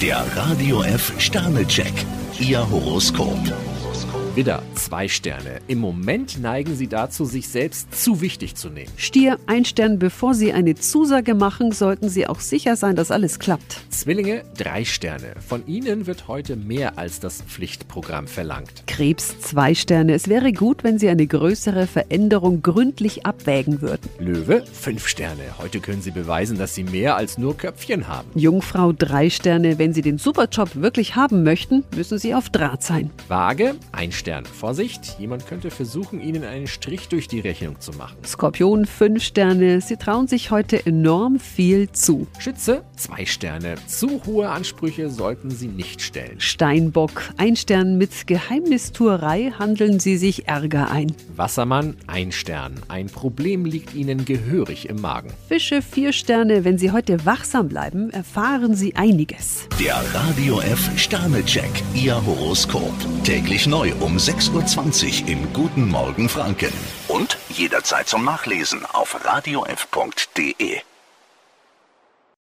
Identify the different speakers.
Speaker 1: Der Radio F Sternecheck, Ihr Horoskop.
Speaker 2: Widder, zwei Sterne. Im Moment neigen Sie dazu, sich selbst zu wichtig zu nehmen.
Speaker 3: Stier, ein Stern, bevor Sie eine Zusage machen, sollten Sie auch sicher sein, dass alles klappt.
Speaker 2: Zwillinge, drei Sterne. Von Ihnen wird heute mehr als das Pflichtprogramm verlangt.
Speaker 3: Krebs, zwei Sterne. Es wäre gut, wenn Sie eine größere Veränderung gründlich abwägen würden.
Speaker 2: Löwe, fünf Sterne. Heute können Sie beweisen, dass Sie mehr als nur Köpfchen haben.
Speaker 3: Jungfrau, drei Sterne. Wenn Sie den Superjob wirklich haben möchten, müssen Sie auf Draht sein.
Speaker 2: Waage, ein Stern. Vorsicht, jemand könnte versuchen, Ihnen einen Strich durch die Rechnung zu machen.
Speaker 3: Skorpion, fünf Sterne. Sie trauen sich heute enorm viel zu.
Speaker 2: Schütze, zwei Sterne. Zu hohe Ansprüche sollten Sie nicht stellen.
Speaker 3: Steinbock, ein Stern. Mit Geheimnistuerei handeln Sie sich Ärger ein.
Speaker 2: Wassermann, ein Stern. Ein Problem liegt Ihnen gehörig im Magen.
Speaker 3: Fische, vier Sterne. Wenn Sie heute wachsam bleiben, erfahren Sie einiges.
Speaker 1: Der Radio F Sternecheck, Ihr Horoskop. Täglich neu um 6.20 Uhr im Guten Morgen Franken. Und jederzeit zum Nachlesen auf radiof.de.